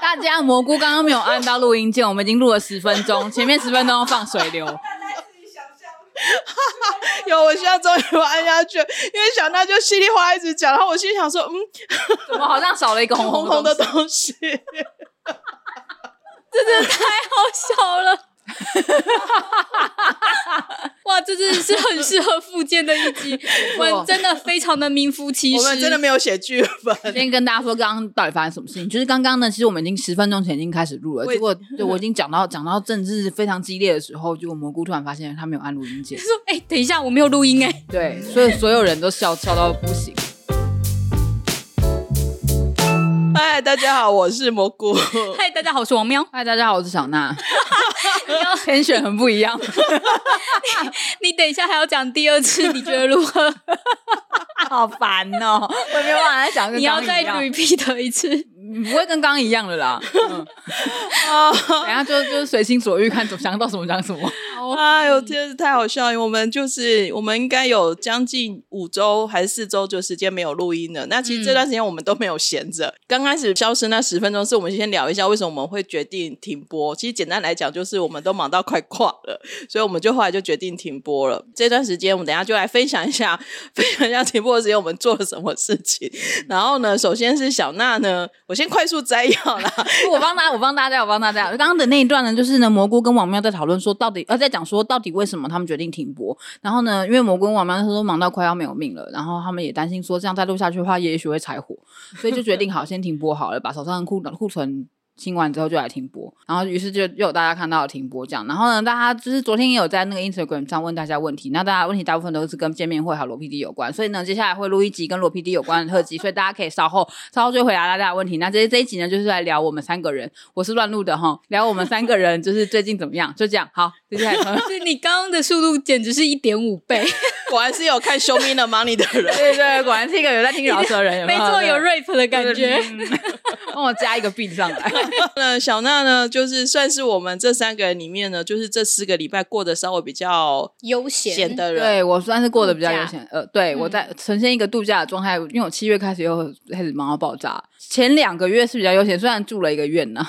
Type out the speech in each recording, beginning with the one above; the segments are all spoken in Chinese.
大家蘑菇刚刚没有按到录音键，我们已经录了十分 钟，前面十分钟放水流。有，我现在终于按下去，因为小娜就稀里哗啦一直讲，然后我心里想说，嗯，怎么好像少了一个红红红红的东西东西，真的太好笑了。 哇，这真的是很适合复健的一 集，我们真的非常的名副其我实。们真的没有写剧本。先跟大家说，刚刚到底发生什么事情？就是刚刚呢，其实我们已经十分钟前已经开始录了，我结 果对我已经讲到讲到政治非常激烈的时候，结果蘑菇突然发现他没有按录音键，说，哎、等一下，我没有录音哎、对，所以所有人都笑笑到不行。 嗨，大家好，我是蘑 菇。嗨，大家好，我是王喵。嗨，大家好，我是小娜。 天选很不一样， 你等一下还要讲第二次，你觉得如何？ 好烦哦！我没有办法想 你要再 repeat 一次。不会跟刚刚一样的啦。嗯，啊等一下就 就随心所欲，看怎么想到什么讲什么。哎呦，真是太好笑了！我们就是我们应该有将近五周还是四周就时间没有录音了。那其实这段时间我们都没有闲着。刚开始消失那十分钟，是我们先聊一下为什么我们会决定停播。其实简单来讲，就是我们都忙到快挂了， 所以我们就后来就决定停播了。这段时间，我们等一下就来分享一下， 分享一下停播的时间我们做了什么事情。然后呢，首先是小娜呢，我先快速摘要啦。 我帮大家，我帮大家，我帮大家。刚刚的那一段呢，就是呢，蘑菇跟王喵在讨论说，到底呃，在讲说到底为什么他们决定停播。然后呢，因为蘑菇跟王喵那时候都忙到快要没有命了，然后他们也担心说这样再录下去的话，也许会柴火，所以就决定好先停播好了，把手上的库库存。清完之后就来停播，然后于是就又有大家看到了停播这样，然后呢，大家就是昨天也有在那个 Instagram 上问大家问题，那大家问题大部分都是跟见面会还有罗 PD 有关，所以呢，接下来会录一集跟罗 PD 有关的特辑，所以大家可以稍后稍后就回答大家的问题。那这这一集呢，就是来聊我们三个人，我是乱录的哈，聊我们三个人就是最近怎么样，就这样，好，接下来就是你刚刚的速度简直是一点五 倍，果然是有看《Show Me the Money》的人。对对，果然是一个有在听饶舌的 人，有没有嗯错，有 rap 的感觉。 帮我加一个 beat 上来。那小娜呢，就是算是我们这三个人里面呢，就是这四个礼拜过得稍微比较悠闲闲的人。 对我算是过得比较度假悠闲，呃，对、我在呈现一个度假的状态，因为我七月开始又开始忙到爆炸，前两个月是比较悠闲，虽然住了一个院啊呢、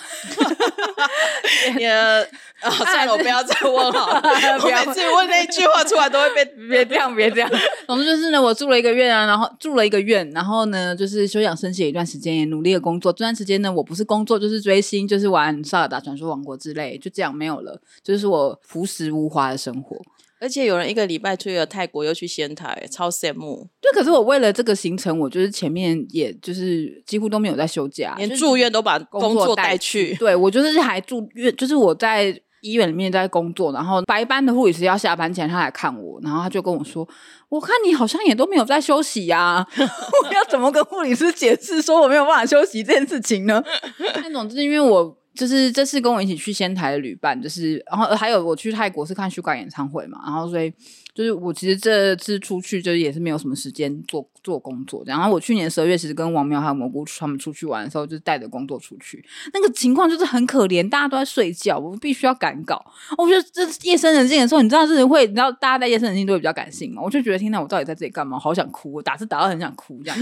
你的 啊、算了，我不要再问好 了。我每次问那一句话出来都会被别这样，别这样。 总之就是呢，我住了一个月啊，然后住了一个月，然后呢，就是休养生息了一段时间，也努力的工作。这段时间呢，我不是工作就是追星，就是玩《萨尔达传说王国》之类，就这样没有了，就是我朴实无华的生活。 而且有人一个礼拜去了泰国，又去仙台，超羡慕，对，可是我为了这个行程，我就是前面也就是几乎都没有在休假，连就是住院都把啊工作带去。对我就是还住院，就是我在医院里面在工作，然后白班的护理师要下班前他来看我，然后他就跟我说：“我看你好像也都没有在休息呀、 我要怎么跟护理师解释说我没有办法休息这件事情呢？ 那总之，因为我。就是这次跟我一起去仙台的旅伴，就是然后还有我去泰国是看虚感演唱会嘛，然后所以就是我其实这次出去就是也是没有什么时间做做工作，然后我去年十二月其实跟王喵还有蘑菇他们出去玩的时候，就是带着工作出去，那个情况就是很可怜，大家都在睡觉，我们必须要赶稿。我觉得这夜深人静的时候，你知道是会，你知道大家在夜深人静都会比较感性嘛，我就觉得天哪，我到底在这里干嘛？好想哭，哦我打字打到很想哭这样，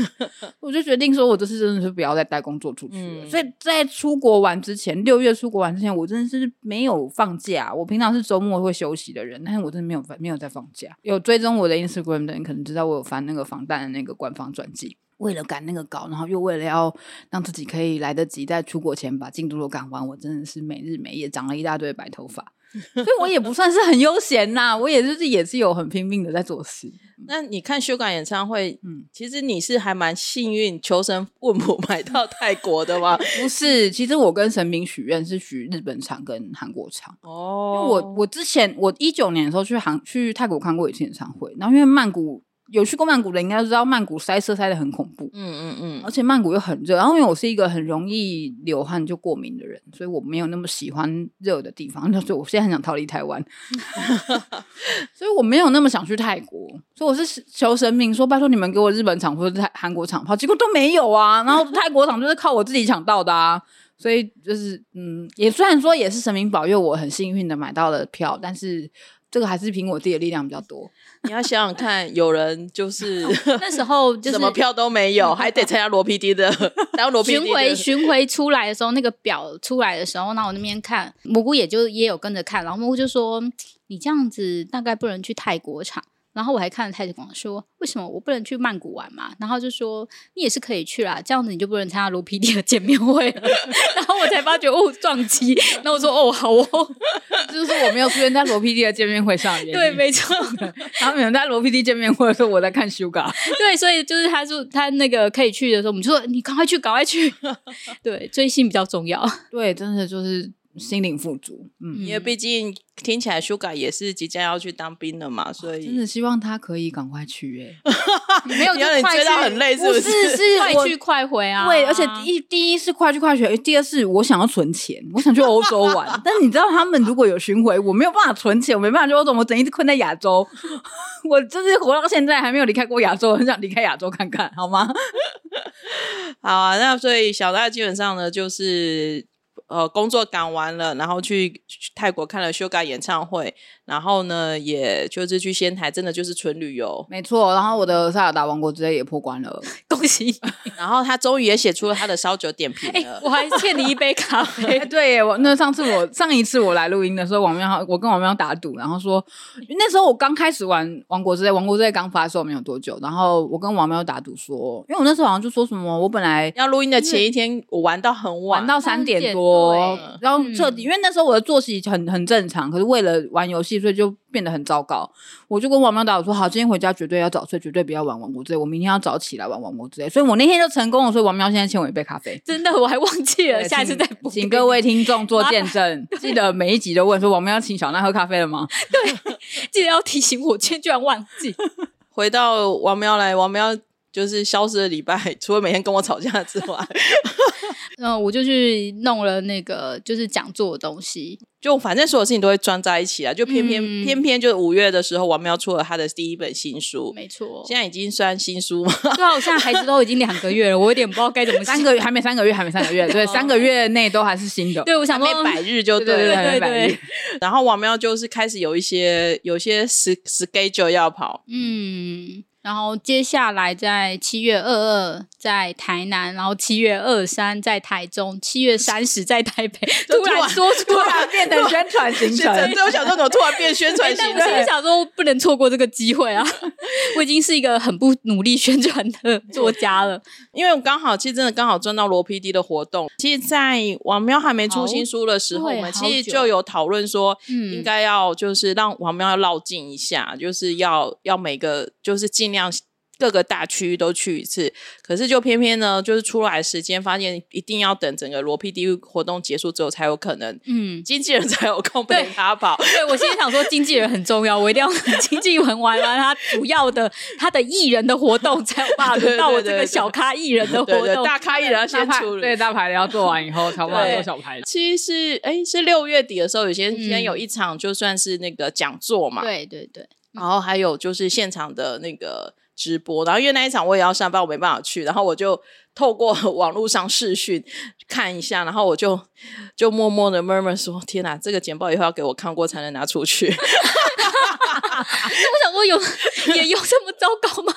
我就决定说我这次真的是不要再带工作出去了。嗯所以在出国玩之前，六月出国玩之前，我真的是没有放假，啊我平常是周末会休息的人，但是我真的没有没有在放假。有追踪我的 Instagram 的人可能知道我有翻那个防弹的那个官方传记。为了赶那个稿，然后又为了要让自己可以来得及在出国前把进度都赶完，我真的是每日每夜长了一大堆白头发。所以我也不算是很悠闲呐，我也就是也是有很拼命的在做事。那你看修改演唱会，嗯其实你是还蛮幸运，求神问卜 买到泰国的嘛。不是，其实我跟神明许愿是许日本场跟韩国场。因为哦我我之前我一九年的时候去韩去泰国看过一次演唱会，然后因为曼谷有去过曼谷的应该都知道，曼谷塞车塞的很恐怖，嗯嗯而且曼谷又很热。然后因为我是一个很容易流汗就过敏的人，所以我没有那么喜欢热的地方， 那所以我现在很想逃离台湾，所以我没有那么想去泰国，所以我是求神明说拜托你们给我日本场或者泰韩国场票，结果都没有啊。然后泰国场就是靠我自己抢到的啊。所以就是，嗯，也虽然说也是神明保佑我很幸运的买到了票，但是这个还是凭我自己的力量比较多。嗯，你要想想看，有人就是哦那时候就是嗯什么票都没有，还得参加罗 PD 的，当罗 PD 巡回的。巡回出来的时候，那个表出来的时候，那我那边看蘑菇也就也有跟着看，然后蘑菇就说你这样子大概不能去泰国场。然后我还看了泰国说为什么我不能去曼谷玩嘛？然后就说你也是可以去啦，这样子你就不能参加罗 PD 的见面会了。 然后我才发觉哦撞击，然后我说哦好哦，就是我没有出现在罗 PD 的见面会上的原因，对，没错，他们有在罗 PD 见面会的时候，我在看 Suga，对，所以就是他说他那个可以去的时候，我们就说你赶快去，赶快去。 对，追星比较重要。对，真的就是心灵富足，嗯，因为毕竟听起来 Suga 也是即将要去当兵了嘛，所真以的希望他可以赶快去、欸，没 有你就要你快追到去很累，不不 是是快我去快回啊！对，而且一第一是快去快学，第二是我想要存钱，我想去欧洲玩。 但你知道他们如果有巡回，我没有办法存钱，我没办法去欧洲，我整一直困在亚洲。 我就是活到现在还没有离开过亚洲，很想离开亚洲看看，好吗？。好啊，那所以小大基本上呢，就是呃工作赶完了，然后去去泰国看了 Suga 演唱会，然后呢，也就是去仙台，真的就是纯旅游没错，然后我的《塞尔达王国》之类也破关了， 恭喜你！然后他终于也写出了他的烧酒点评 哎、了。我还欠你一杯咖啡。哎，对耶，我那上次我上一次我来录音的时候，王妙浩，我跟王妙打赌，然后说那时候我刚开始玩《王国之泪》，《王国之泪》刚发售没有多久，然后我跟王妙打赌说，因为我那时候好像就说什么，我本来要录音的前一天，我玩到很晚，玩到三点点多对，然后彻底，因为那时候我的作息很很正常，可是为了玩游戏，所以就变得很糟糕。我就跟王妙导说，好，今天回家绝对要早睡，绝对不要玩王国之类，我明天要早起来玩王国之类。所以我那天就成功了，所以王喵现在欠我一杯咖啡。 真的，我还忘记了，对下一次再呃请补。请各位听众做见 证，记得每一集都问说王喵要请小娜喝咖啡了吗？ 记得要提醒我，今天居然忘记。回到王喵来，王喵就是消失的礼拜， 除了每天跟我吵架之外，嗯、我就去弄了那个就是讲座的东西，就反正所有事情都会撞在一起啊。就偏偏、嗯偏偏就是五月的时候，王喵出了他的第一本新书，没错。现在已经算新书嘛，对啊，我现在孩子都已经两个月了，我有点不知道该怎么三写个月还没三个月，还没三个月，对，三个月内都还是新的。对，我想还没说， 百日就对了。对对对对对对，然后王喵就是开始有一些有一些 s schedule 要跑，嗯，然后接下来在七月二二在台南，然后七月二三在台中，七月三十在台北。突突然然说出突来，然变成宣传 行是真程，的，我想说怎么突然变 宣传型哎但我的？心里想说，不能错过这个机会啊！ 我已经是一个很不努力宣传 的作家了。因为我刚好其实真的刚好赚到罗 PD 的活动。其实，在王喵还没出新书的时候，好我们其对好实久就有讨论说，嗯应该要就是让王喵要绕境一下，就是要要每个就是尽量。各个大区域都去一次，可是就偏偏呢，就是出来时间发现一定要等整个罗 PD 活动结束之后才有可能，嗯，经纪人才有空陪他跑。 对我心里想说，经纪人很重要，我一定要 经纪人玩完他主要的他的艺人的活动，才有办法轮到我这个小咖艺人的活对对，动。大咖艺人要大先牌出对大牌的要做完以后，才把对做小 牌的。其实是哎，是六月底的时候，有些今天嗯有一场就算是那个讲座嘛，对对对，然后还有就是现场的那个直播，然后因为那一场我也要上班，我没办法去，然后我就透过 网络上视讯看一下，然后我就就默默的 murmur 说：“天哪，这个简报以后要给我看过才能拿出去。”我想说有 也有这么糟糕吗？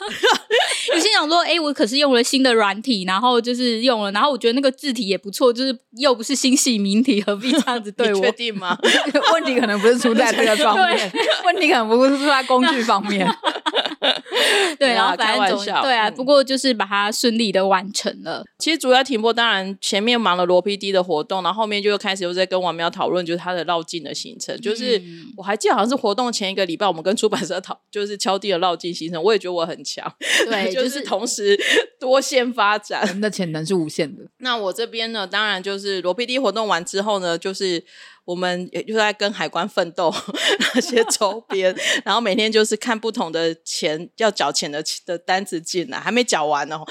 有些想说，哎、我可是用了新的软体，然后就是用了，然后我觉得那个字体也不错，就是又不是新系名体，何必这样子 对你确我？定吗？ 问题可能不是出在这个方 面，问题可能不是出在工具方面。 对，没有然啦后反正开玩总笑对啊，嗯不过就是把它顺利的完成了。其实主要停播，当然前面忙了罗 PD 的活动，然后后面就开始又在跟王喵讨论，就是他的绕境的行程。就是、嗯我还记得好像是活动前一个礼拜，我们跟出版社讨，就是敲定了绕境行程。我也觉得我很强，对， 就是同时多线发展。人的潜能是无限的，那我这边呢，当然就是罗 PD 活动完之后呢，就是我们也就在跟海关奋斗 那些周边，然后每天就是看不同的钱要缴钱的的单子进来，还没缴完哦。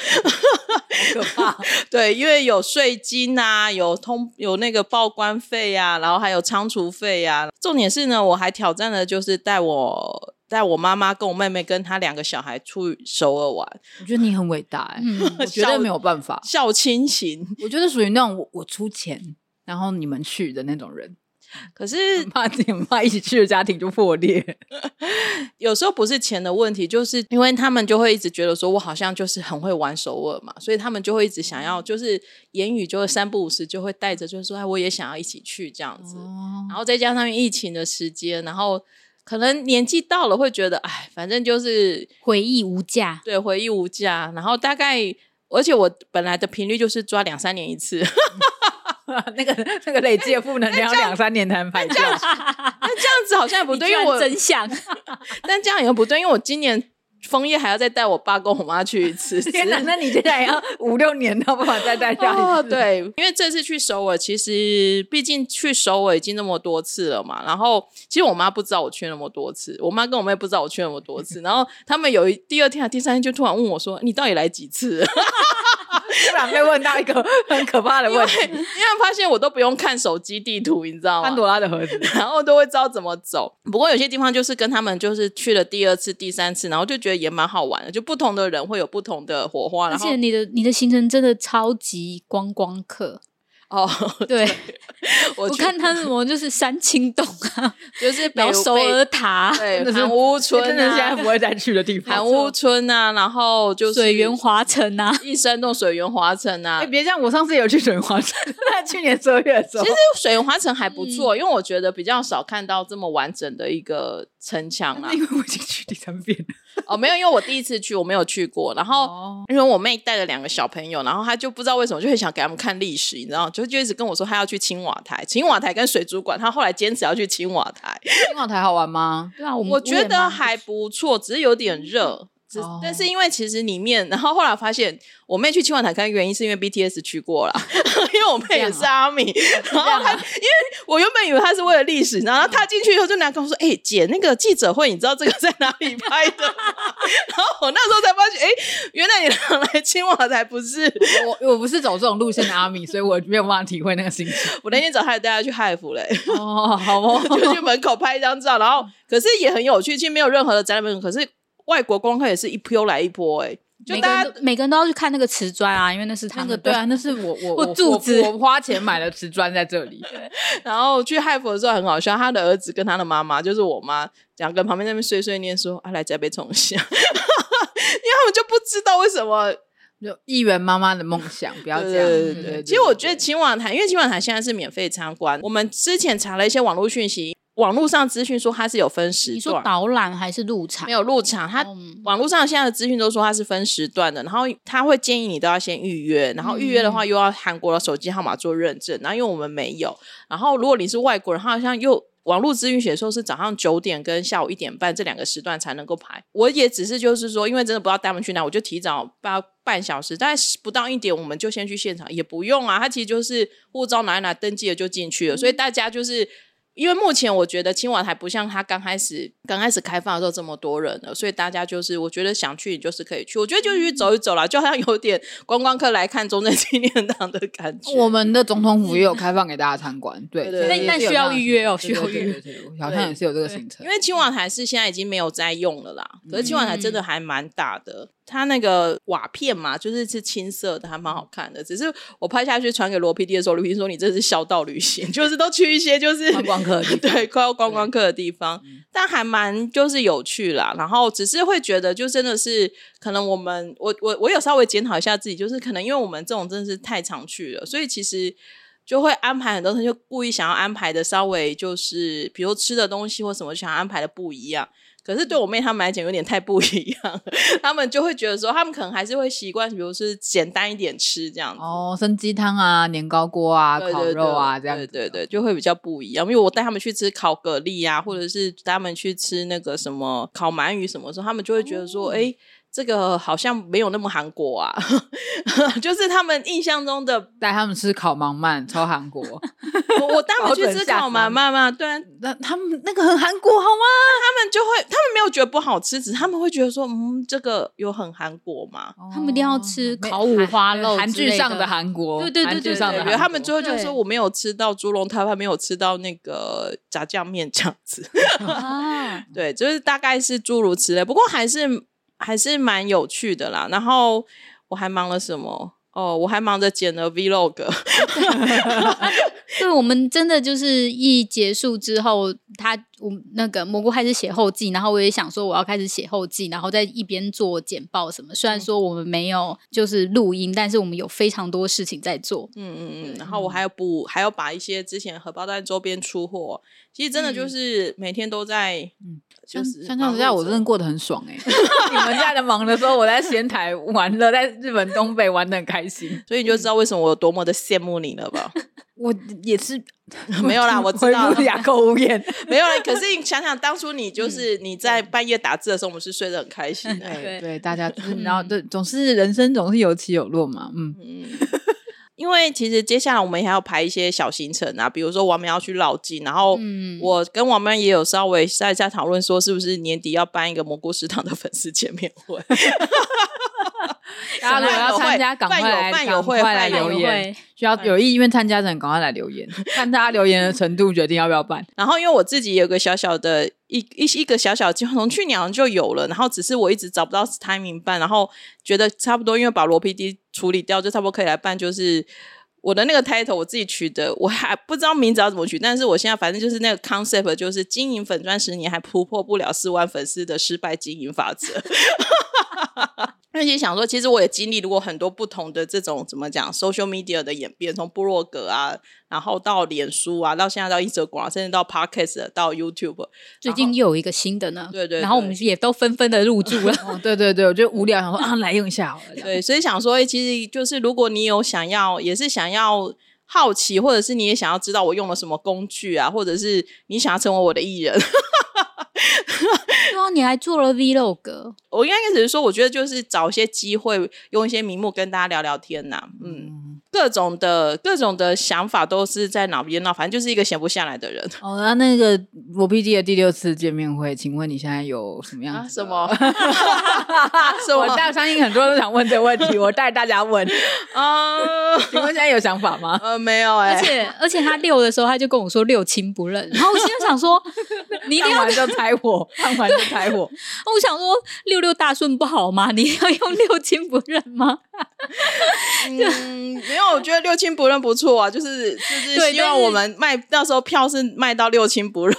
可怕。对，因为有税金啊，有通有那个报关费啊，然后还有仓储费啊。重点是呢，我还挑战了，就是带我带我妈妈跟我妹妹跟她两个小孩出首尔玩， 我觉得你很伟大、欸，嗯，我绝对没有办法。孝亲行。我觉得属于那种我我出钱，然后你们去的那种人， 可是怕你们怕一起去的家庭就破裂。 有时候不是钱的问题，就是因为他们就会一直觉得说，我好像就是很会玩首尔嘛，所以他们就会一直想要，就是言语就会三不五时就会带着，就是说，哎，我也想要一起去这样子。哦，然后再加上疫情的时间，然后可能年纪到了会觉得，哎，反正就是回忆无价。对回忆无价。然后大概，而且我本来的频率就是抓两三年一次， 那个那个累积的负能 量要两三年才能排掉，但这样子好像也不你对，居因然为我 真相，但这样也不对，因为我今年枫叶还要再带我爸跟我妈去一次。 天哪！那你接下来要 五六年都无法再待下去。 哦，对，因为这次去首尔，其实毕竟去首尔已经那么多次了嘛。然后，其实我妈不知道我去那么多次，我妈跟我妹不知道我去那么多次。然后他们有一第二天、啊、第三天就突然问我说：“你到底来几次？”突然被问到一个很可怕的问题，因为发现我都不用看手机地图，你知道 潘吗？多拉的盒子。然后都会知道怎么走。不过有些地方就是跟他们就是去了第二次、第三次，然后就觉得也蛮好玩的。就不同的人会有不同的火花，而然后且你的你的行程真的超级观 光客。哦，对，我我去看他什么就是三清洞 啊，就是北然后首尔塔、对真的是韩屋村、啊，真的是现在不会再去的地方。韩屋 村啊，然后就是水源华城啊， 一山洞、水源华城啊。哎，别这样！我上次有去水华山，在 去年十二月的时候 其实，水源华城还不错，因为我觉得比较少看到这么完整的一个城墙啊 因。为我已经去第三遍 了。哦，没有，因为我第一次去，我没有去过。然后哦，因为我妹带了两个小朋友，然后她就不知道为什么就很想给他们看历史，你知道，就就一直跟我说她要去青瓦台，青瓦台跟水族馆，她后来坚持要去青瓦台，青瓦台好玩吗？对啊，我们我觉也蛮得还不错，只是有点热。只哦但是因为其实里面，然后后来发现我妹去青瓦台看，原因是因为 BTS 去过啦， 因为我妹也是啊阿米，然后她因为我原本以为她是为了历史，然后她踏进去以后就拿跟我说：“哎、姐，那个记者会你知道这个在哪里拍的吗？” 然后我那时候才发现，哎、原来你拿来青瓦台不是？我我不是走这种路线的阿米，所以我没有办法体会那个心情。我那天早上还带她去汉服嘞。哦，好哦， 就去门口拍一张照，然后可是也很有趣，其实没有任何的展览，可是外国观光客也是一波来一波、哎，就每个大人家。都每个人都要去看那个瓷砖啊，因为那是他 那们个的对啊，那是我我我柱子我花钱买的瓷砖在这里。然后去汉服的时候很好笑，他的儿子跟他的妈妈，就是我妈，两个人旁边在那边碎碎念说：“啊，来这被冲下。”因为他们就不知道为什么。就议员妈妈的梦想，不要对这样。对嗯对对。其实我觉得青瓦台，因为青瓦台现在是免费参观，我们之前查了一些网络讯息，网络上资讯说它是有分时你说段，导览还是入场？没有入场，它嗯网络上现在的资讯都说它是分时段的，然后他会建议你都要先预约，然后预约的嗯话又要韩国的手机号码做认证，然后因为我们没有，然后如果你是外国人，他好像又网络资讯写说是早上九点跟下午一点半这两个时段才能够排，我也只是就是说，因为真的不知道带他们去哪，我就提早半半小时，大概十不到一点我们就先去现场，也不用啊，他其实就是护照拿一拿，登记了就进去了，所以大家就是。因为目前我觉得青瓦台不像它刚开始刚开始开放的时候这么多人了，所以大家就是我觉得想去你就是可以去，我觉得就是去走一走啦，就好像有点观光客来看中正纪念堂的感觉。我们的总统府也有开放给大家参观，对，对对所对以也是有但需要这样的预约哦对对需要预约对对对对好像也是有这个行程因。为青瓦台是现在已经没有在用了啦，可是青瓦台真嗯的还蛮大的，它那个瓦片嘛，就是是青色的，还蛮好 看的。只是我拍下去传给罗 PD 的时候，罗 PD 说你这是孝道旅行，就是都去一些就是观光光客的地 方。对，快要观光客的地方，但还蛮就是有趣啦。然后只是会觉得，就真的是可能我们，我我我有稍微检讨一下自己，就是可能因为我们这种真的是太常去了，所以其实就会安排很多东西，就故意想要安排的稍微就是，比如吃的东西或什么，想要安排的不一样。可是对我妹她们来讲有点太不一样，她们就会觉得说，她们可能还是会习惯，比如是简单一点吃这样子。哦，生鸡汤啊，年糕锅啊，对烤对肉啊，对这样对子对对，就会比较不一样。因为我带他们去吃烤蛤蜊啊，或者是带他们去吃那个什么烤鳗鱼什么的时候，他们就会觉得哦说，哎、这个好像没有那么韩国啊， 就是他们印象中的。带他们吃烤芒鳗，超韩国。我我带他 们去吃烤鳗鳗嘛，对啊，那他们那个很韩国好啊吗？他们就会，他们没有觉得不好吃，只是他们会觉得说，嗯，这个有很韩国吗？他们一定要吃哦没烤五花肉韩之剧类上的的韩国，对对对韩剧对上的对韩对，国他们最后就对说我没有吃到猪笼汤，还没有吃到那个炸酱面这样子。 啊，对，就是大概是诸如此类，不过还是还是蛮有趣的啦。然后我还忙了什么？哦，我还忙着剪了 vlog， 对，我们真的就是一结束之后，他我那个蘑菇开始写后记，然后我也想说我要开始写后记，然后再一边做简报什么。虽嗯然说我们没有就是录音，但是我们有非常多事情在做。嗯嗯嗯，然后我还要补，还要把一些之前荷包蛋周边出货，其实真的就嗯是每天都在，嗯，就是像这忙碌样子下，我着真的过得很爽哎、你们在的忙的时候，我在仙台玩乐，在日本东北玩的很 开心。所以你就知道为什么我有多么的羡慕你了吧？我也 是没有啦我知道回不雅购物宴。没有啦，可是你想想，当初你就是你在半夜打字的时候，我们是睡得很开心的。对对 对，大家就是嗯然后对，总是人生总是有起有落嘛。嗯，嗯，因为其实接下来我们还要排一些小行程啊，比如说我们要去老金，然后嗯我跟王们也有稍微在在讨论说，是不是年底要办一个蘑菇食堂的粉丝见面会？大家如饭果友要会参加，赶快来，饭友赶会快来饭友留言会。需要有意愿参加的人，赶快来留言，看大家留言的程度，决定要不要办。然后因为我自己有个小小的一一一个小小的计划，从去年好像就有了，然后只是我一直找不到 timing 办，然后觉得差不多，因为把罗 PD 处理掉，就差不多可以来办，就是。我的那个 title 我自己取的，我还不知道名字要怎么取，但是我现在反正就是那个 concept 就是经营粉钻十年还突破不了四万粉丝的失败经营法则。 因为其实想说，其实我也经历过很多不同的这种怎么讲 social media 的演变，从部落格啊，然后到脸书啊，到现在到 Instagram，甚至到 podcast，到 YouTube。最近又有一个新的呢，对对对然后我们也都纷纷的入住 了。哦，对对对，我觉得无聊，想说啊，来用一下好了。这样对，所以想说，诶其实就是如果你有想要，也是想要好奇，或者是你也想要知道我用了什么工具啊，或者是你想要成为我的艺人， 对啊，你还做了 vlog，我应该只是说，我觉得就是找一些机会，用一些名目跟大家聊聊天呐、嗯，嗯。各种的各种的想法都是在脑边闹，反正就是一个闲不下来的人。哦，那那个罗 PD 的第六次见面会，请问你现在有什么样啊，子的、什么？ 啊什我么？大相信很多人都想问这个问题，我带大家问，啊？你们现在有想法吗？呃，没有哎、而且而且他六的时候他就跟我说六亲不认，然后我心里想说， 你一定看 要完就猜我，看完就猜我。我想说六六大顺不好吗？你要用六亲不认吗？嗯，没有，我觉得六亲不认不错啊，就是就是对希望但是我们卖到时候票是卖到六亲不认。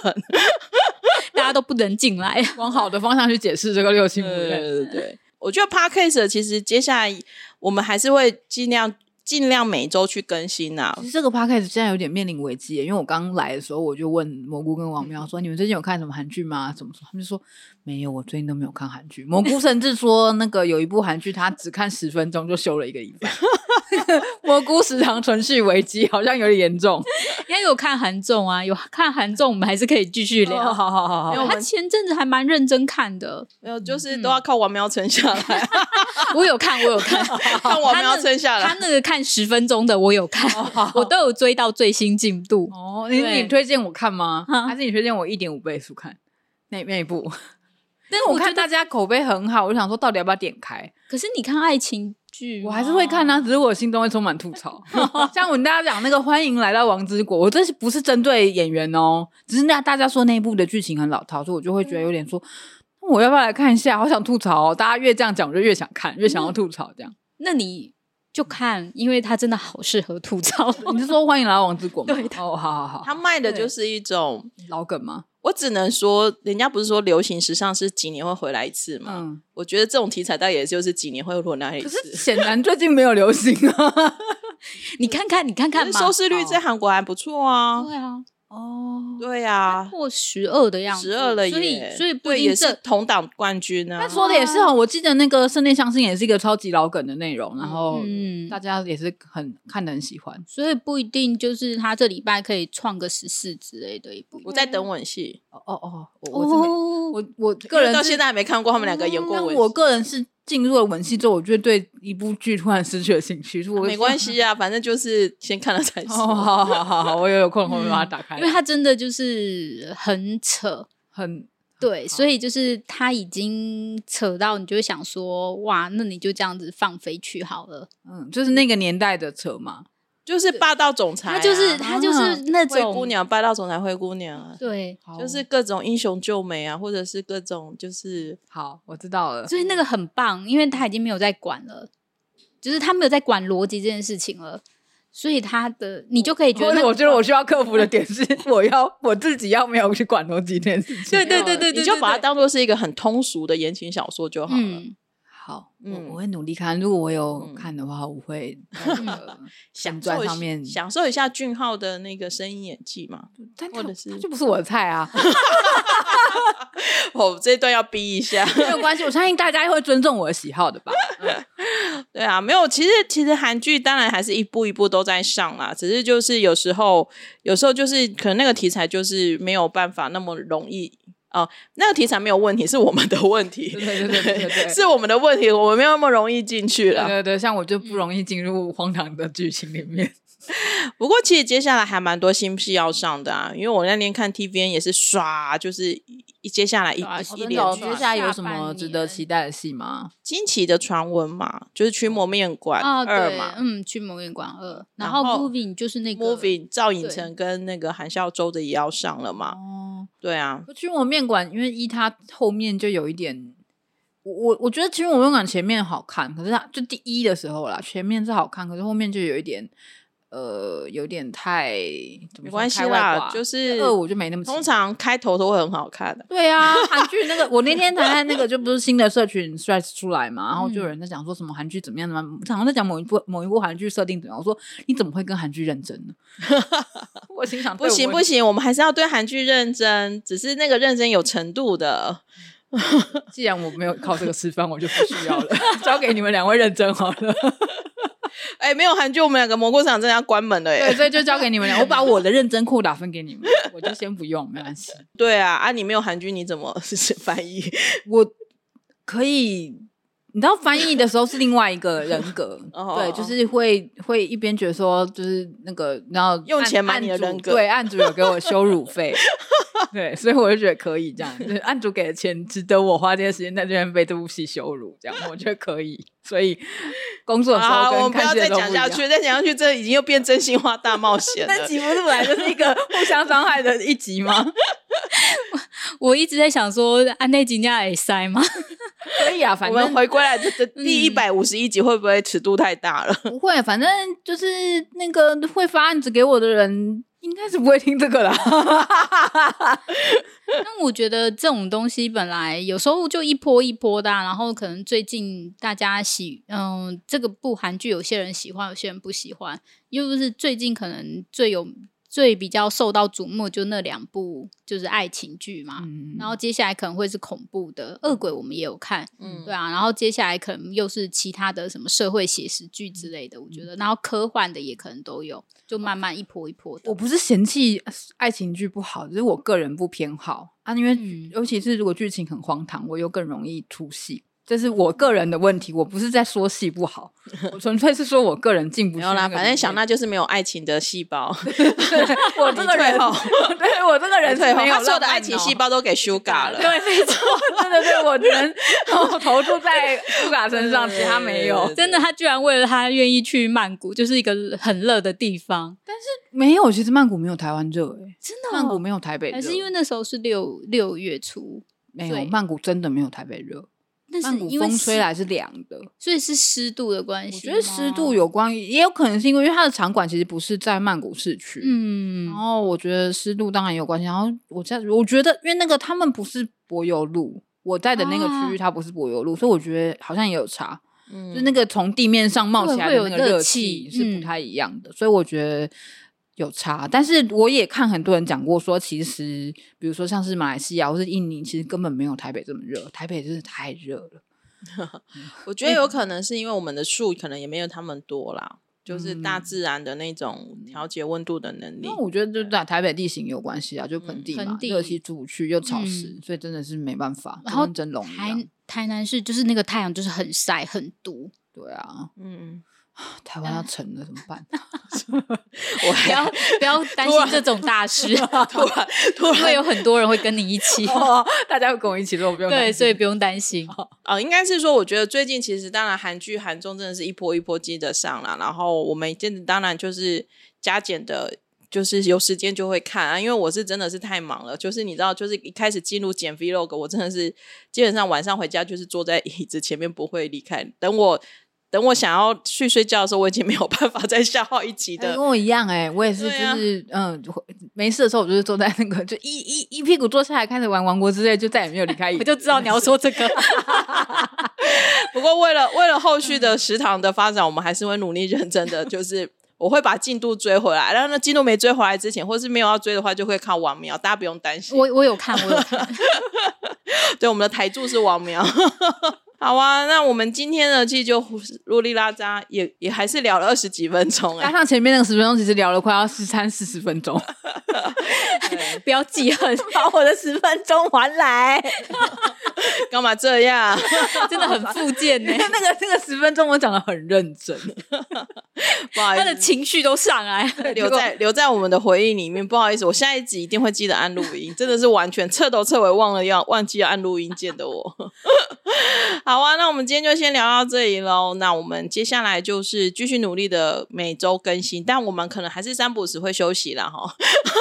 大家都不能进来。往好的方向去解释这个六亲不对认，对对，我觉得 podcast 其实接下来我们还是会尽量尽量每周去更新啊其。实这个 podcast 现在有点面临危机耶，因为我刚来的时候我就问蘑菇跟王喵说：“你们最近有看什么韩剧吗？”怎么说？他们就说没有，我最近都没有看韩剧。蘑菇甚至说那个有一部韩剧，他只看十分钟就休了一个礼拜。 蘑菇食堂存续危机好像有点严重。因为有看韩综啊，有看韩综，我们还是可以继续聊。哦好好好因为好，我他们前阵子还蛮认真 看的，没有，就是都要靠王喵撑下来，我有看，我有 看，看王喵他那撑下他来。哦那个看十分钟的我有 看，我都有追到最新进度。哦，你对你推荐我看吗？哈还是你推荐我一点五倍速看？那那一部，但 我觉看得大家口碑很好，我就想说到底要不要点开？可是你看爱情剧，我还是会看啊。啊，只是我心中会充满吐 槽。像我跟大家讲那个《欢迎来到王之国》，我这是不是针对演员哦？只是那大家说那一部的剧情很老套，所以我就会觉得有点说，那 我要不要来看一下？好想吐槽、哦。大家越这样讲，我就越想看，越想要吐槽。这样那你就看，因为他真的好适合吐槽。 你是说欢迎来到王之国吗？对哦，好好好，他卖的就是一种，老梗吗？我只能说，人家不是说流行时尚是几年会回来一次吗？嗯， 我觉得这种题材大概也就是几年会回来一可次。是显然最近没有流行啊。你看看，你看看可嘛，哦是收视率在韩国还不错啊，对啊， 哦，对啊，破十二的样子，十二了所以耶，所以不对一定也是这同党冠军啊但。说的也是哦，我记得那个《圣殿相亲》也是一个超级老梗的内容，然后哦嗯大，家也是很看的很喜欢。所以不一定就是他这礼拜可以创个十四之类的，也不一我定在等吻戏，哦哦哦，我我真的哦，我我因个为人到是现在还没看过他们两个嗯演过但吻戏。我个人是进入了文戏之后，我就对一部剧突然失去了兴趣。我没关。系啊，反正就是先看了才 哦，说。好好好好，我也有空会把它打开。因为他真的就是很扯，很对，所以就是他已经扯到你就会想说，哇，那你就这样子放飞去好了。嗯，就是那个年代的扯嘛。就是霸道总裁啊、他就是他就是那灰种哦姑娘，霸道总裁灰姑娘啊，对，就是各种英雄救美啊，或者是各种就是好，我知道了。所以那个很棒，因为他已经没有在管了，就是他没有在管逻辑这件事情了，所以他的你就可以觉得或那者个，我觉得我需要克服的点是，我要我自己要没有去管逻辑这件事情。对对对对呃你对，就对把它对当做是一个很通俗的言情小说就好了。嗯，好，嗯我我会努力看。如果我有嗯看的话，我会在嗯那个享粉受砖一上面享受一下俊浩的那个声音演技 嘛。但或他者是他就不是我的 菜啊，哦，这一段要逼一 下。没有关系，我相信大家会尊重我的喜好的 吧。对啊，没有，其实其实韩剧当然还是一步一步都在上啦，只是就是有时候有时候就是可能那个题材就是没有办法那么容易。哦、那个题材没有问题，是我们的问题， 对对对对对对是啊我们的问题，我们没有那么容易进去对了。对对，像我就不嗯容易进入荒唐的剧情里面。不过其实接下来还蛮多新戏要上的啊，因为我那天看 TVN 也是刷，就是一一接下来一、刷一真的连哦剧接接下下来来有有什什么么值值得得期期待的戏吗？惊奇的传闻嘛，就是《驱魔面馆哦二》对嘛，，嗯，去某远馆二，然然后后 moving 就是那个 Moving 赵寅对成跟那个韩孝周的也要上了嘛，哦，对啊，驱魔面馆，因为一它后面就有一点，我我我觉得驱魔面馆前面好看，可是它就第一的时候啦，前面是好看，可是后面就有一点，呃，有点太怎么说没关系开外啦挂就是二我就没那么喜欢通常开头都会很好看的。对 啊，韩剧那个，我那天才看那个，就不是新的社群 stress 出来 嘛，然后就有人在讲说什么韩剧怎么样怎么样，常常在讲某一部某一部韩剧设定怎么样，我说你怎么会跟韩剧认真呢？ 我心想不行不，行，我们还是要对韩剧认真，只是那个认真有程度的。对我既然我没有靠这个吃饭，我就不需 要了，交给你们两位认真好了。哎，没有韩剧，我们两个蘑菇厂真的要关门了对，耶。所以就交给你们俩，我把我的认真扣打分给你们，我就先不用，没关系，对啊，啊，你没有韩剧，你怎么 是翻译？我可以。你知道翻译的时候是另外一个人格 哦，对，就是会会一边觉得说，就是那个，然后用案钱买案你的主人格对，案主有给我羞辱费，对，所以我就觉得可以这样，就是案主给的钱值得我花这些时间在这边被这部戏羞辱，这样我觉得可以。所以工作的时啊，候我们跟不看要戏的再时候不讲一下样。去，再讲下去，这已经又变真心话大冒险 那了。集不是本来就是一个互相伤害的一集吗？ 我一直在想说，啊安内金家也塞吗？ 可以啊，我反们正回归来，这这第一百五十一集会不会尺度太大了？不会，反正就是那个会发案子给我的人，应该是不会听这个啦。但我觉得这种东西本来有时候就一波一波的啊、然后可能最近大家喜，嗯，这个部韩剧有些人喜欢，有些人不喜欢，又不是最近可能最有最比较受到瞩目就那两部就是爱情剧嘛，嗯然后接下来可能会是恐怖的，恶鬼我们也有看，嗯对啊，然后接下来可能又是其他的什么社会写实剧之类的，我觉得，然后科幻的也可能都有，就慢慢一波一波的我，不是嫌弃爱情剧不好，只是我个人不偏好啊，因为、嗯尤其是如果剧情很荒唐，我又更容易出戏。这是我个人的问题，我不是在说戏不好，我纯粹是说我个人进不没去有那啦，个里面。反正想那就是没有爱情的细胞，我这个人你退，后对我这个人 是对，没有他所有的浪漫爱情哦细胞都 给修嘎了。对，没错，对对对，我只能我投注在苏卡身上，其他没有。真的，他居然为了他愿意去曼谷，就是一个很热的地方，没有，其实曼谷没有台湾热、欸，真的、哦曼谷没有台北热，还是因为那时候是六六月初，没对有曼谷真的没有台北热。但曼是谷因为风吹湿，来是凉的，所以是湿度的关我系觉吗。得湿度有关，也有可能是因为因为它的场馆其实不是在曼谷市区，然嗯，后我觉得湿度当然也有关系。然后我在我觉得，因为那个他们不是柏油路，我在的那个区域啊它不是柏油路，所以我觉得好像也有差，嗯就那个从地面上冒会起来会的有那个热热气是嗯不太一样的，所以我觉得。有差，但是我也看很多人讲过说，其实比如说像是马来西亚或是印尼，其实根本没有台北这么热，台北真的太热了。我觉得嗯有可能是因为我们的树可能也没有他们多啦，就是大嗯自然的那种调节温度的能力那。我觉得就在台北地形有关系啊，就盆地盆嘛，地热气住去又潮湿，所以真的是没办法。然就后跟蒸笼一样台，台南市就是那个太阳就是很晒很 毒，对啊，嗯，台湾要沉了怎么办？我不还要不要担心这种大 事，突然突 因为然有很多人会跟你一 起。 哦，大家会跟我一起做，不用对，担心所以不用担心。啊、应该是说，我觉得最近其实当然韩剧、韩综真的是一波一波接着上啦，然后我们真的当然就是加减的。就是有时间就会看啊，因为我是真的是太忙了。就是你知道，就是一开始进入减 vlog，我真的是基本上晚上回家就是坐在 椅子前面不会离开。等我等我想要去睡觉的时候，我已经没有办法再消耗一集哎的跟我一样哎、我也是，对啊就是、嗯，就会没事的时候我就是坐在那个，就一一一屁股坐下来开始玩《王国之泪》，就再也没有离开椅子。 我就知道你要说这 个， 不过为了为了后续的食堂的发展，我们还是会努力认真的，就是我会把进度追回来。然后呢，进度没追回来之前，或是没有要追的话，就会靠王苗，大家不用担心。我我有看，我有看。 对，我们的台柱是王苗。 好啊，那我们今天呢，其实就啰里拉扎，也也还是聊了二十几分钟加 哎、上前面那个十分钟，其实聊了快要十三四十分钟，不要记 恨，把我的十分钟还来。干嘛这样？ 真的很欸负 贱呢、那个那个十分钟我讲的很认真，不好意他的思。情绪都上来 了。 留在留在我们的回忆里面，不好意思，我下一集一定会记得按录音，真的是完全彻头彻尾忘了要忘记要按录音键的我。 好啊，那我们今天就先聊到这里喽。那我们接下来就是继续努力的每周更新，但我们可能还是三不五时会休息啦哈。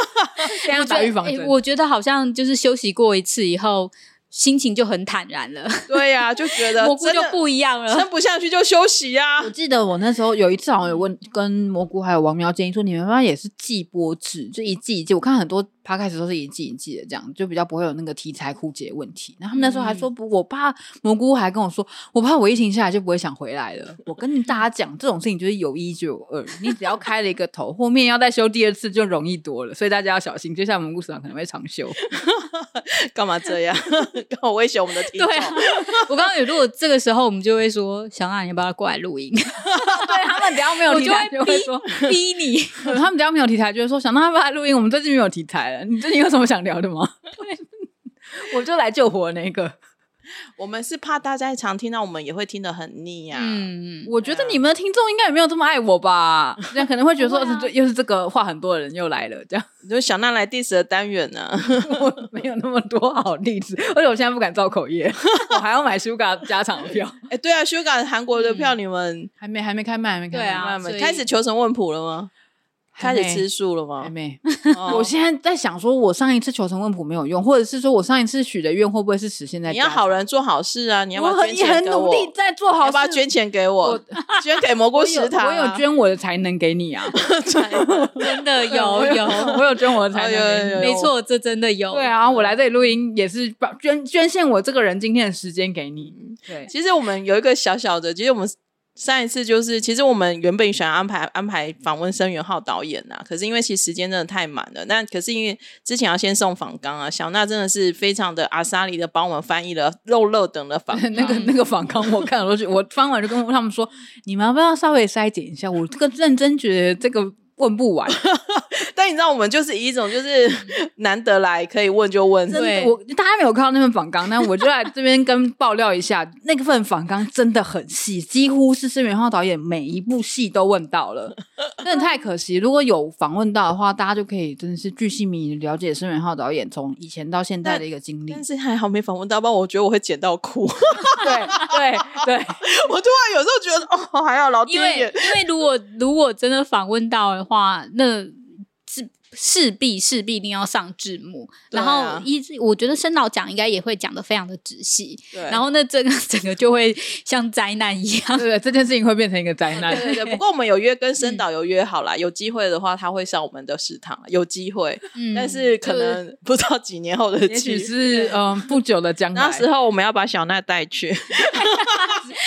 这样打预防诶针。我觉得好像就是休息过一次以后，心情就很坦然了，对呀、就觉得蘑菇啊真就的不一样了。撑不下去就休息 呀、我记得我那时候有一次好像有问跟蘑菇还有王苗建议说，你们发现也是季播制，就一季一季。我看很多 p 开始都是一季一季的，这样就比较不会有那个题材枯竭问题。然后他们那时候还说不，我怕蘑菇还跟我说，我怕我疫情下来就不会想回来了。我跟大家讲，这种事情就是有一就有二，你只要开了一个头，后面要再修第二次就容易多了。所以大家要小心，就像蘑菇市场可能会长休。干嘛这样？ 干嘛威胁我们的听众？对啊， 我刚刚有，如果这个时候我们就会说，小娜，你要不要过来录音？ 对他们只要没有我题就材，就会逼说。逼你。 他们只要没有题材，就会说想到他们来录音，我们最近没有题材了。你最近有什么想聊的吗？我就来救火那个。我们是怕大家常听到，我们也会听得很腻呀、嗯， 我觉得你们的听众应该也没有这么爱我吧？这样可能会觉得说，不会啊哦对又是这个话很多的人又来了，这样 你就想那来 diss 的单元呢、我没有那么多好例子，而且我现在不敢造口 业，我还要买 Sugar 加场票，哎、对啊，Sugar 韩国嗯的票你们、还没还没开卖，还没开卖，对啊慢慢所以开始求神问卜了吗？还开没始吃素了吗还？没。哦 我现在在想，说我上一次求神问卜没有用，或者是说我上一次许的愿会不会是实现在？你要好，人做好事啊！你要不我要很捐也钱很给努我？力在做你好要事，不要捐钱给我？ 捐给蘑菇我有食堂、啊我有，捐我的才能给你 啊，嗯真的 有我有，我哦有捐我的才能哎呦哎给你呦。没错，这真的有。对，啊，我来这里录音也是把捐捐献我这个人今天的时间给你。对，其实我们有一个小小的，其实我们上一次就是，其实我们原本想安排安排访问申元浩导演呐、可是因为其实时间真的太满了，那可是因为之前要先送访纲啊，小娜真的是非常的阿莎里的帮我们翻译了肉肉等的访纲 那个那个访纲我看了，我就我翻完就跟他们说，你们要不要稍微筛减一下？我这个认真觉得这个问不完，但你知道，我们就是以一种就是 难得来可以问就问，嗯真的对我大家没有看到那份访纲，那我就来这边跟爆料一下，那份访纲真的很细，几乎是施元浩导演每一部戏都问到了，真的太可惜。如果有访问到的话，大家就可以真的是巨细靡遗地了解施元浩导演从以前到现在的一个经历。但是还好没访问到，不然我觉得我会剪到哭。 对对对，我突然有时候觉得，哦，还好老天因为爷，因为如果如果真的访问到的话，那是势必势必一定要上字幕，对然啊后一直我觉得申导奖应该也会讲的非常的仔细，对，然后那这个整个就会像灾难一 样。对，这件事情会变成一个灾难。对对对，不过我们有约跟申嗯导有约好啦，有机会的话他会上我们的食堂，啊有机会，嗯，但是可能不知道几年后的也机许会。是嗯不久的将来那，时候我们要把小娜带去，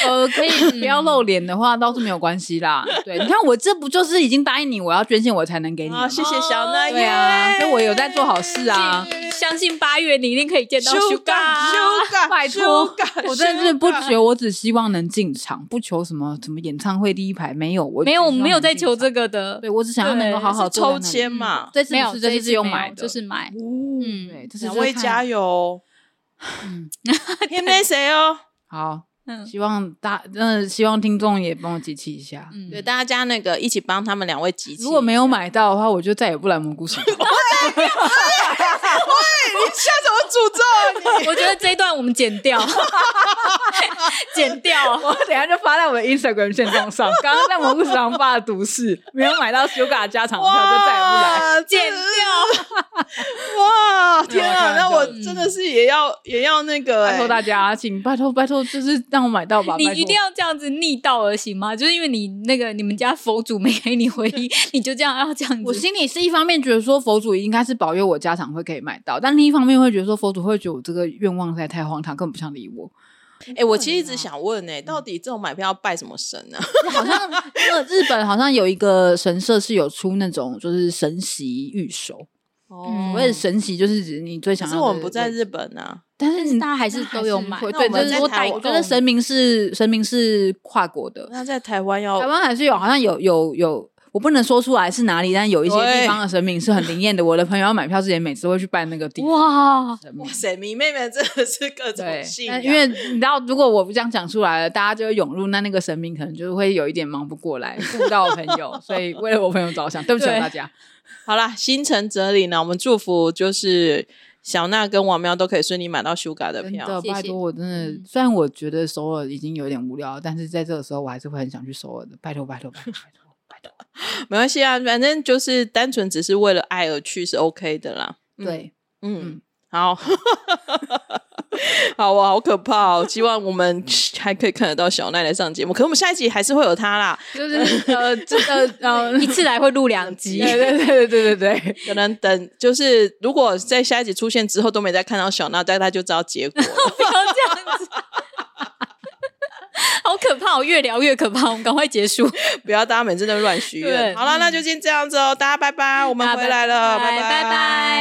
呃，可以不要露脸的话倒是没有关系啦。对，你看我这不就是已经答应你我要捐献我才能给你了啊，吗？谢谢小娜，嗯对啊，耶所以我有在做好事啊。相信八月你一定可以见到 Sugar。啊 Sugar，拜托 Sugar，我真的是不 Sugar 求，我只希望能进场，不求什么什么演唱会第一排，没有，我没有，我们没有在只希望求能进这个的场，对我只想要能够好好是抽坐在那里，签嘛。这次没有，不是这次次是用没有买的，就是买。嗯，对，这是两位看嗯加油哦！ 天没谁哦？好，嗯希望大，真的希望听众也帮我集气一下。嗯对，大家那个一起帮他们两位集气。如果没有买到的话，我就再也不来蘑菇市场。下什么诅咒啊你？我觉得这一段我们剪 掉， 剪 掉。我等一下就发在我的 Instagram 线动上。刚刚在蘑菇市场发的毒誓，没有买到 Sugar 加啊场票就再也不来。哇，剪掉！ 哇，天啊！没有开那玩笑我真的是也要也要那个嗯拜哎托，大家，请拜托拜托，就是让我买到吧。你拜托一定要这样子逆道而行吗？就是因为你那个你们家佛祖没给你回应，你就这样要这样子。我心里是一方面觉得说佛祖应该是保佑我家常会可以买到，但另一方面会觉得说佛祖会觉得我这个愿望实在太荒唐，根本不想理我。哎，我其实一嗯直想问哎，到底这种买票要拜什么神啊呢？好像那个日本好像有一个神社是有出那种就是神席御守，嗯所谓的神席就是指你最可想要是的。我们不在日，本啊，但是你大家还是都有买会那对，我们就是在说台代，湾我觉得神明是神明是跨国的，那在台湾要台湾还是有，好像有有有，我不能说出来是哪里，但有一些地方的神明是很灵验的。我的朋友要买票之前，每次会去拜那个地方 哇，神明哇。塞，迷妹妹真的是 各种对，信但仰，因为你知道，如果我不这样讲出来了，大家就会涌入，那那个神明可能就会有一点忙不过来，顾不到我朋友，所以为了我朋友着想，对不起啊对大家。好啦，心诚则灵啊呢，我们祝福就是小娜跟王喵都可以顺利买到 Sugar 的真票的，。谢谢拜托，我真嗯的，虽然我觉得首尔已经有点无聊，但是在这个时候，我还是会很想去首尔的。拜托，拜托，拜托，拜托，拜托。没关系啊，反正就是单纯只是为了爱而去是 OK 的啦。嗯对，嗯嗯，好， 好啊，好可怕哦！希望我们还可以看得到小奈来上节目，可是我们下一集还是会有她啦，就是呃，这个 呃，一次来回录两集。对对对对对对，可能等就是如果在下一集出现之后都没再看到小娜，大家就知道结果了。 不要这样子，好可怕！我越聊越可怕，我们赶快结束。不要大家每次都乱许对愿。好了，那就先这样子哦，大家拜拜，我们大家回来了，拜拜拜拜拜